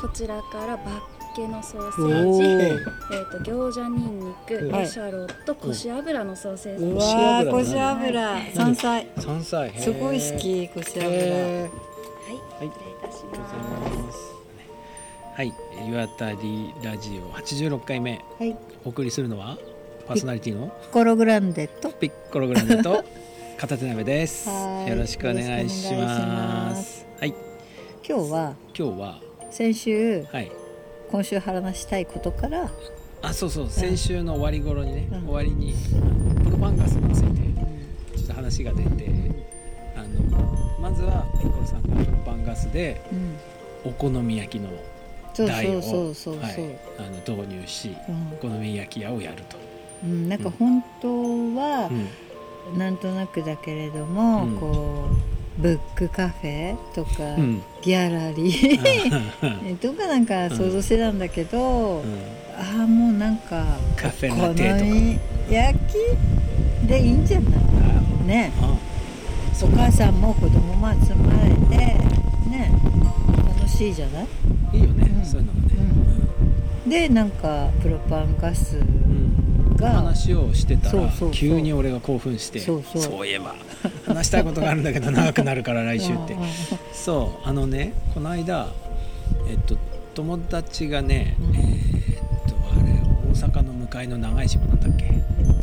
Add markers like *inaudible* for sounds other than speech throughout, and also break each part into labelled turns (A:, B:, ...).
A: こちらからバッケのソーセー
B: お
A: ジ、え
B: ー
A: ー、と餃子にんにく、
B: うん
A: エシャロットこし油のソーセージ
B: う
A: で
C: う
A: す、
C: わー
B: こ
C: こ
B: し
C: し
B: 油
C: 油山菜
B: 山菜へー
C: すごい好きこし油
A: は
B: へーはいい
A: 失礼いたし
B: あり
A: ま
B: がと
A: す
B: うございますはい岩谷ラジオ86回目
D: はい、
B: お送りするのはパーソナリティの
D: コログランデと
B: ピッコログランデ
D: *laughs*
B: と片手鍋です
D: はい
B: よろしくお願いし
D: よろしくお願
B: ま
D: いしますす
B: はい
D: 今日は
B: 今日は
D: 先週
B: はい
D: 今週話したいことから
B: あそうそう先週の終わり頃にね、
D: うん
B: 終わりにプロパンガスについてちょっと話が出てあのまずはピッコロさんがプロパンガスで
D: うん
B: お好み焼きの
D: そう
B: 台
D: そ
B: を
D: うそうそうそう、
B: はいあの導入しお好み焼き屋をやると。
D: うんうん、なんか本当は
B: うん
D: なんとなくだけれども、
B: うん
D: こうブックカフェとか、
B: うん
D: ギャラリー *laughs*
B: うん
D: とかなんか想像してたんだけど、ああもうなんか
B: カフ
D: こ
B: ェ
D: の
B: ラテとか
D: 焼きでいいんじゃないね
B: あ
D: お母さんも子供も集まれてね楽しいじゃない
B: あいいよね、
D: うん
B: そういうのがね、
D: でなんかプロパンガ
B: う
D: ス
B: んうん
D: が
B: 話をしてたら
D: そうそうそう
B: 急に俺が興奮して
D: そうそう
B: いえば話したいことがあるんだけど長くなる
D: *laughs*
B: から来週って
D: うんうん
B: そうあのねこの間えっと友達がね、
D: うん
B: えーっとあれ大阪の向かいの長い島なんだっけ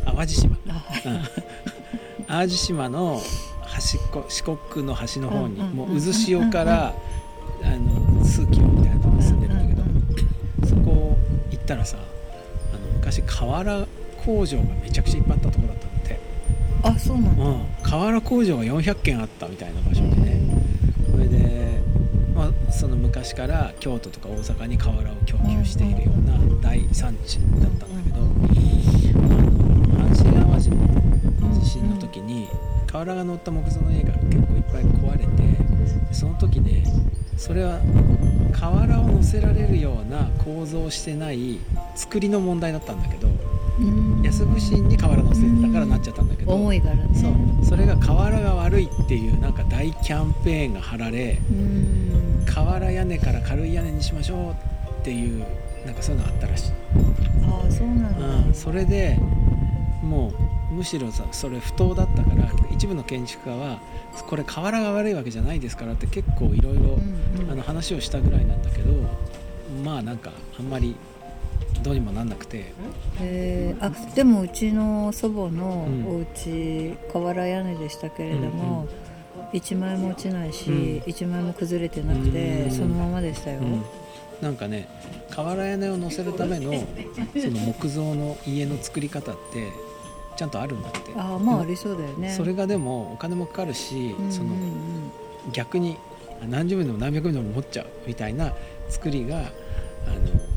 B: 淡路島
D: あはい
B: うん淡路島の端っこ四国の端の方に、
D: うんうんうん
B: もう渦潮から、あの数キロみたいなとこに住んでるんだけど、
D: うんうん
B: そこ行ったらさあの昔瓦工場がめちゃくちゃいっぱいあったとこだったんだって、
D: あそうなんだ
B: うん、瓦工場が400軒あったみたいな場所でねそれで、まあ、その昔から京都とか大阪に瓦を供給しているような大産地だったんだけど、あの阪神・淡路の地震の時に瓦が乗った木造の家が結構いっぱい壊れてその時ねそれは瓦を乗せられるような構造をしてない作りの問題だったんだけど
D: うん
B: 安伏信に瓦乗せてたからなっちゃったんだけど、
D: 重いからね
B: そうそれが瓦が悪いっていうなんか大キャンペーンが張られ
D: うん
B: 瓦屋根から軽い屋根にしましょうっていうなんかそういうのあったらしい。
D: ああそうなんだ
B: うん、それでもうむしろさそれ不当だったから一部の建築家はこれ瓦が悪いわけじゃないですからって結構いろいろ
D: うんうん
B: あの話をしたぐらいなんだけどまあなんかあんまりどうにもなんなくて
D: へーあでもうちの祖母の
B: うん
D: お家瓦屋根でしたけれども、一枚も落ちないし、一枚も崩れてなくて、
B: うん
D: そのままでしたよ、
B: うん、なんかね瓦屋根を乗せるためのその木造の家の作り方ってちゃんとあるんだって。
D: ああまあありそうだよね
B: それがでもお金もかかるし、
D: うんうんうん
B: その逆に何十分でも何百分でも持っちゃうみたいな作りがあ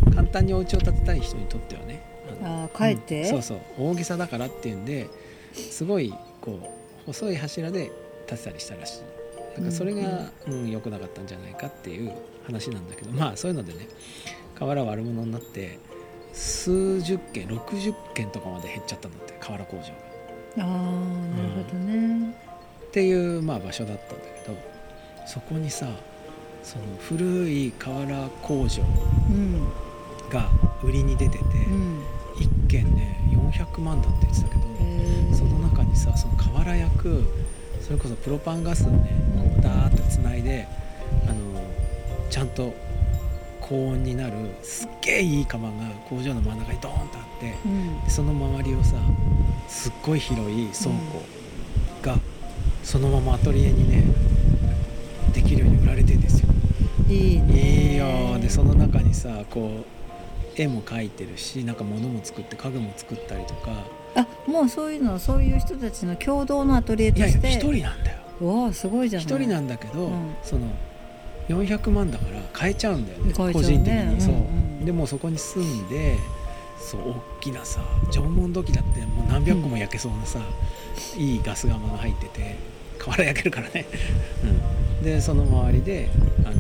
B: の簡単にお家を建てたい人にとってはねあの
D: ああかえって、
B: うんそうそう大げさだからっていうんですごいこう細い柱で建てたりしたらしいなんかそれが、うん、良くなかったんじゃないかっていう話なんだけどまあそういうのでね瓦は悪者になって数十件60件とかまで減っちゃったんだって瓦工場が。
D: ああなるほどね、
B: っていう、まあ、場所だったんだけどそこにさその古い瓦工場
D: うん
B: が売りに出てて、
D: うん
B: 1軒ね400万だって言ってたけ
D: へ
B: ど
D: ー
B: その中にさその瓦焼くそれこそプロパンガスをね
D: うん
B: ダーッとつないであのちゃんと高温になるすっげえいい窯が工場の真ん中にドーンとあって。
D: うん
B: でその周りをさすっごい広い倉庫がそのままアトリエにねできるように売られてんですよ。
D: いいね
B: いいよでその中にさこう絵も描いてるしなんか物も作って家具も作ったりとか
D: あもうそういうのそういう人たちの共同のアトリエ
B: い
D: と
B: やい
D: し
B: や
D: て
B: 一人なんだよ
D: うわあすごいじゃない
B: 一人なんだけど、
D: うん
B: その400万だから買えちゃうんだよね
D: 買えち
B: 個
D: ゃうね
B: 人的にそう、
D: うんうん
B: でもうそこに住んでそう大きなさ縄文土器だってもう何百個も焼けそうなさ、いいガス窯が入ってて瓦焼けるからね、 *laughs* うん、でその周りであ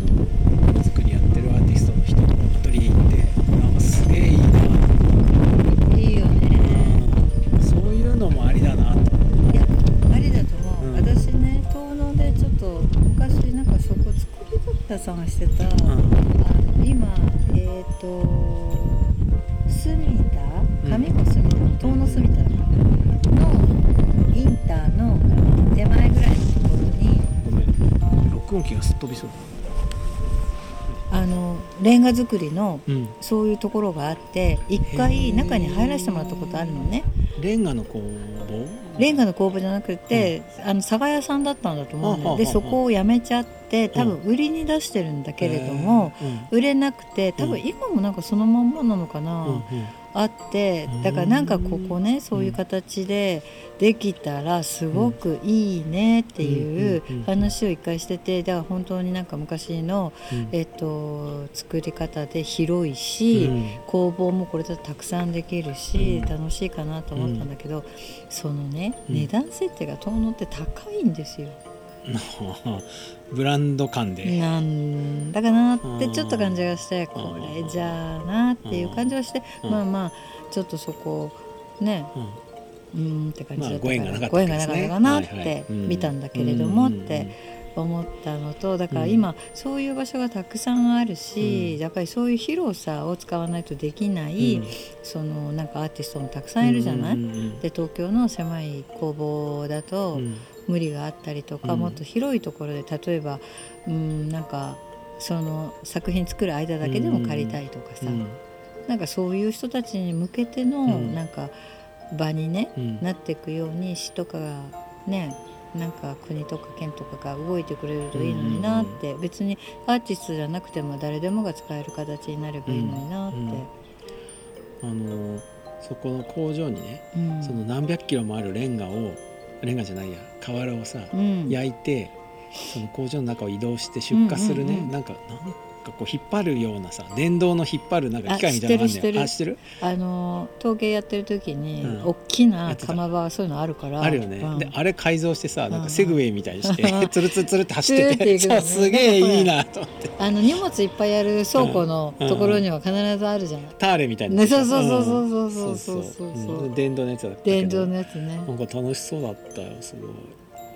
B: の作りやってるアーティストの人のアトリエ行ってなんかすげえいいな、
D: いいよね
B: そういうのもありだなと
D: いやありだと思
B: う
D: う、
B: ん
D: 私ね東農でちょっと昔なんかそこ作り方探してた、あ
B: うん
D: の今住田上も住田遠野住田だからのインターの手前ぐらいのところに
B: ごめん録音機がすっ飛びそう
D: あのレンガ造りの
B: うん
D: そういうところがあって一
B: へ
D: 回
B: ー
D: 中に入らせてもらったことあるのね
B: レンガの工房
D: レンガの工房じゃなくて、あの鯖屋さんだったんだと思うんだ
B: あはあ
D: よで
B: はあ
D: そこを辞めちゃって多分売りに出してるんだけれども、
B: へー
D: 売れなくて多
B: う
D: 分
B: ん
D: 今もなんかそのまんまなのか
B: う
D: な、
B: んうんうん
D: あってだからなんかここねそういう形でできたらすごくいいねっていう
B: うんうんうん
D: 話を一回しててだから本当になんか昔の、えっと、作り方で広いし、
B: うん
D: 工房もこれだとたくさんできるし、
B: うん
D: 楽しいかなと思ったんだけど、そのね、
B: うん
D: 値段設定が遠野って高いんですよ。
B: *laughs* ブランド感で
D: なんだかなっ
B: う
D: て
B: ん
D: ちょっと感じがしてこれじゃあなっていう感じがして
B: うん
D: まあまあちょっとそこね
B: うん
D: うーんって感じだ
B: まあ
D: った
B: ご
D: か
B: 縁がなからった
D: ご
B: わ
D: 縁
B: けですね
D: がなかったかなっ
B: はいはい
D: て
B: うん
D: 見たんだけれどもっ
B: うん
D: て思ったのとだから
B: うん
D: 今そういう場所がたくさんあるし
B: うん
D: やっぱりそういう広さを使わないとできな
B: う
D: い
B: ん
D: そのなんかアーティストもたくさんいるじゃな
B: う
D: い
B: んうんうん
D: で東京の狭い工房だ
B: う
D: と
B: ん
D: 無理があったりとか
B: うん
D: もっと広いところで例えばうんなんかその作品作る間だけでも借りたいとかさ
B: うん
D: なんかそういう人たちに向けて
B: う
D: の
B: ん
D: なんか場にね
B: うん
D: なっていくように市とかがねなんか国とか県とかが動いてくれるといいのになって、別にアーティストじゃなくても誰でもが使える形になればいいのになって、
B: あのそこの工場にね
D: うん
B: その何百キロもあるレンガをレンガじゃないや瓦をさ
D: うん
B: 焼いてその工場の中を移動して出荷するね
D: うんうんうん
B: なんかなんかこう引っ張るようなさ電動の引っ張るなんか機械みたいなのがあん
D: あ知って
B: だよ
D: る
B: あ知ってる
D: あの陶芸やってる時に、
B: うん
D: 大き
B: や
D: な
B: ってた
D: 釜場はそういうのあるから
B: あるよね、
D: うん
B: であれ改造してさなん
D: う
B: か
D: ん
B: セグウェイみたいにして、 *laughs*
D: うん
B: つるつるつるって走ってて
D: つるっていくよ
B: *laughs*
D: ね
B: すげえいいなと思って
D: あの荷物いっぱいある倉庫のところには必ずあるじゃない、
B: ターレみたいな
D: ねそうそうそうそうそ
B: そうう
D: そ
B: そうう
D: そう
B: そう、うん、電動のやつだったけ
D: 電
B: ど
D: 動のやつね
B: なんか楽しそうだったよすごい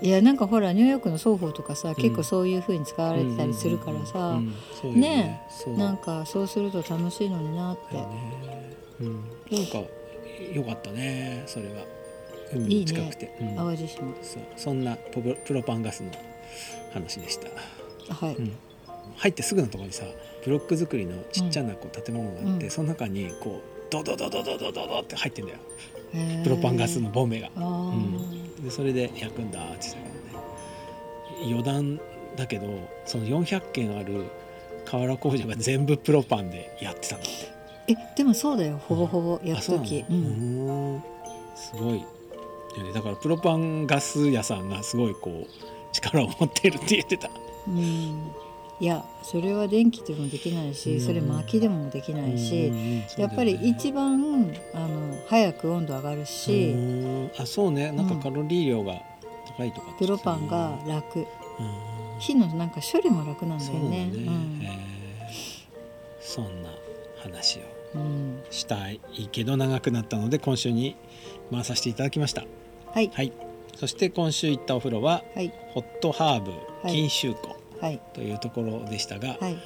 D: いやなんかほらニューヨークの双方とかさ結構そういう風に使われてたりするから
B: う
D: さ、
B: んうんうんそうよね
D: ね
B: そう
D: なんかそうすると楽しいのになって、
B: だよね、うん、なんか良かったねそれは海に近くてうん
D: 淡路島
B: そうそんなプロプロパンガスの話でした
D: はい、
B: うん入ってすぐのところにさブロック作りのちっちゃなこう建物があって、
D: うん
B: その中にこうドドドドドドドドって入ってんだよ
D: へー
B: プロパンガスのボンベが
D: あー、
B: でそれで焼くんだって言ってたけどね余談だけどその400軒ある瓦工場が全部プロパンでやってたんだって
D: えでもそうだよほぼほぼ
B: あ
D: 焼く
B: そうな
D: 時
B: の、
D: う
B: うんーんすごいよねだからプロパンガス屋さんがすごいこう力を持ってるって言ってた
D: うんいやそれは電気でもできないし、
B: うん
D: それ薪でもできないし、
B: うんうんうんそうだよね
D: やっぱり一番あの早く温度上がるし、
B: うーんあそうねなんかカロリー量が高いとかって
D: プロパンが楽
B: うん
D: 火のなんか処理も楽なんだ
B: そう
D: よ
B: だね
D: ね、うん
B: へーそんな話を
D: うん、
B: したいけど長くなったので今週に回させていただきました
D: はい
B: はいそして今週行ったお風呂は
D: はい
B: ホットハーブ
D: い
B: 錦秋湖
D: はい
B: というところでしたが、
D: はい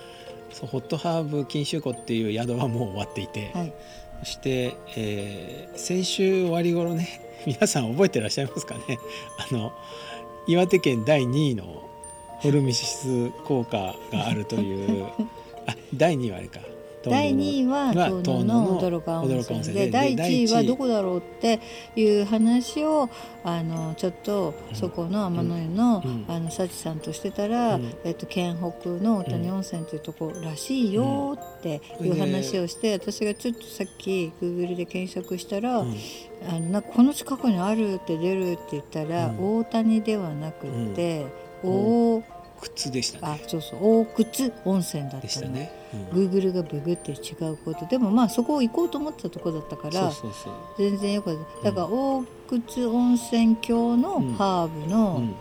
B: そうホットハーブ錦秋湖っていう宿はもう終わっていて、
D: はい
B: そして、えー先週終わり頃ね *laughs* 皆さん覚えてらっしゃいますかね *laughs* あの岩手県第2位のホルミシス効果があるという
D: *laughs*
B: あ第2位はあれか
D: 第2
B: 位
D: 位は
B: は
D: 東野の驚か温
B: 驚か温
D: 泉
B: 泉
D: で
B: で
D: 第
B: 第一
D: 1
B: 位
D: 位はどこだろうっていう話をあのちょっとそこの天の湯の,、
B: うん
D: あの幸さんとしてたら、
B: うん
D: えっと、県北の大谷温泉というところらしいよっていう話をして、私がちょっとさっき Google で検索したら、
B: うん
D: あのなんかこの近くにあるって出るって言ったら、
B: うん
D: 大谷ではなくて、
B: うん
D: 大
B: 靴でした
D: あ
B: ね
D: そうそう大靴温泉だっ
B: でしたた
D: の。
B: ね、うん、
D: Google がブグって違うことでもまあそこを行こうと思ってたとこだったか
B: そ
D: ら
B: うそうそう、
D: 全然よかっただから大靴温泉郷の
B: うん
D: ハーブ
B: う
D: の、
B: ん、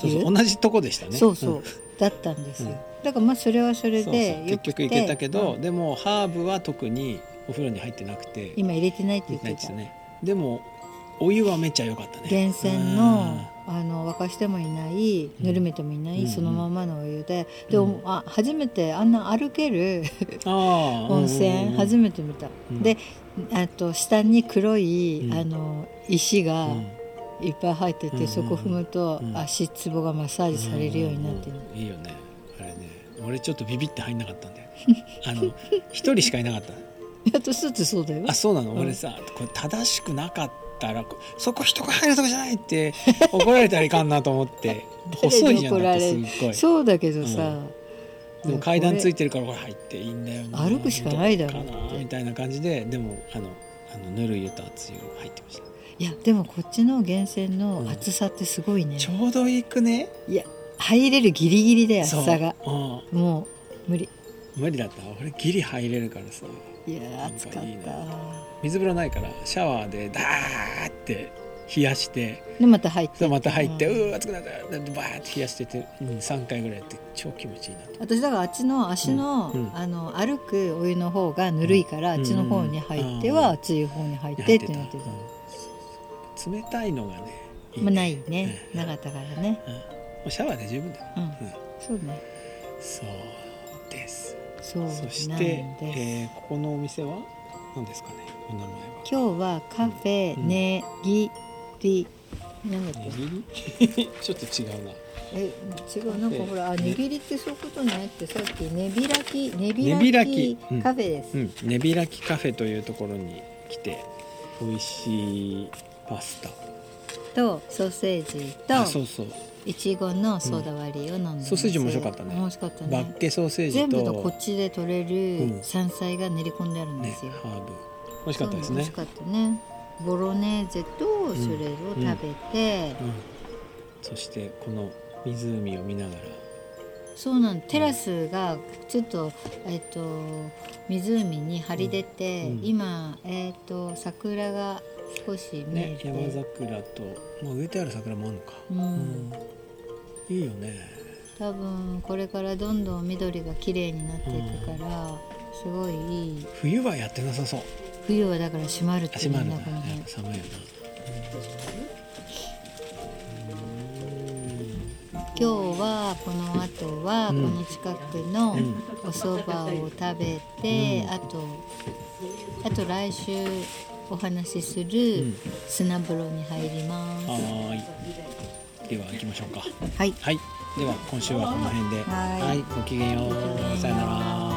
B: そうそう同じとこでしたね
D: そうそう、
B: ん
D: だったんですよ、
B: うん
D: だからまあそれはそれ
B: そうそう
D: でよ
B: 結
D: くて
B: 局行けたけど、
D: うん
B: でもハーブは特にお風呂に入ってなくて
D: 今入れてないって
B: で
D: 言
B: きない
D: っ
B: で
D: て
B: す
D: た
B: ねでもお湯はめっちゃ良かったね
D: 源泉の
B: うん
D: あの沸かしてもいない
B: ん
D: ぬるめてもいない、
B: うん
D: そのままのお湯で、で
B: うん
D: あ初めてあんな歩ける
B: ああ
D: 温泉初
B: め
D: めて見た、
B: うん
D: であと下に黒い、
B: うん
D: あの石がいっぱい入ってて、
B: うん
D: そこ踏むと、
B: うん
D: 足つぼがマッサージされるようになって
B: う
D: る、
B: んうんうんいいよねあれね俺ちょっとビビって入んなかったんだよあの一人しかいなかった
D: やっとスーツそうだよ
B: あそうなの、
D: うん
B: 俺さこれ正しくなかったらこそこ人が入るとこじゃないって怒られたらいかんなと思って細いじゃんだってすっごい
D: そうだけどさ、
B: でも階段つい
D: て
B: てるからこれ入っていいんだよな
D: 歩くしかないだろう
B: どうかな
D: って
B: みたいな感じででもあのあのぬるい湯と熱い湯入ってました、
D: いやでもこっちの源泉の厚さってすごいね、
B: ちょうどいいくね
D: 入れるギリギリだよ
B: そう
D: 厚さが
B: うん
D: もう無理
B: 無理だった俺ギリ入れるからさ
D: いやー
B: なんか
D: 暑かっ
B: いい
D: た
B: 水風呂ないからシャワーでダーって冷やして
D: でまた入って
B: でまた入って、う
D: うん
B: ー熱くなったでバーって冷やしてて、うん、3回ぐらいやって超気持ちいいなと
D: 私だからあっちの足の,、
B: うんうん
D: あの歩くお湯の方がぬるいから、
B: うん
D: あっちの方に入って
B: う
D: は
B: ん
D: 熱い方に入っ
B: や
D: て
B: っ
D: ってなってた、
B: うんそう冷たいのがねいいね
D: まあ、ないね
B: うん
D: なかったからね
B: うんもうシャワーで十分だ
D: うん、
B: うん
D: そうね
B: そうです
D: そう
B: そし
D: なん
B: て、
D: です、
B: えーここのお店は何ですかねお名前は
D: 今日はカフェ
B: うん
D: ねぎり、なんだっ
B: ね
D: け
B: ぎり *laughs* ちょっと違うな
D: え違うなんかほらあ握りってそういうことないってさっきねびらきねびら
B: ねび
D: き
B: らきうん
D: カフェです、
B: うん、ねびらきカフェというところに来て美味しいパスタ
D: とソーセージ
B: あそ
D: と
B: うそう
D: いちごのソーダ割りを飲んでます、
B: ソーセージ面白かったね
D: 美味しかった
B: バッ
D: ね
B: ケソーセージと
D: 全部のこっちで取れ
B: うん
D: る山菜が練り込んであるんで
B: ね
D: すよ、
B: ハーブ美味しかったです
D: 美
B: ね
D: 味しかったねボロネーゼとそれを食べ
B: う
D: て、
B: ん、そしてこの湖を見ながら
D: そうなんテラスがちょっと,、えっと湖に張り出て、
B: うんうん
D: 今、えっと桜が少し見え
B: ね
D: て、
B: 山桜と、まあ、植えてある桜もあるのか、
D: うん
B: うんいいよね
D: 多分これからどんどん緑が綺麗になっていくから、すごいいい
B: 冬はやってなさそう
D: 冬はだから閉まるって
B: 足
D: みん
B: まる
D: な
B: な
D: この辺
B: 寒いよ
D: 今日はこの後は
B: う
D: こ
B: ん
D: の近くの
B: うん
D: お蕎麦を食べて、
B: うん
D: あとあと来週お話しす
B: な、うん
D: る砂風呂に入ります。
B: はーいでは行きましょうか
D: はい
B: はいでは今週はこの辺で
D: はい
B: ごきげんようさよなら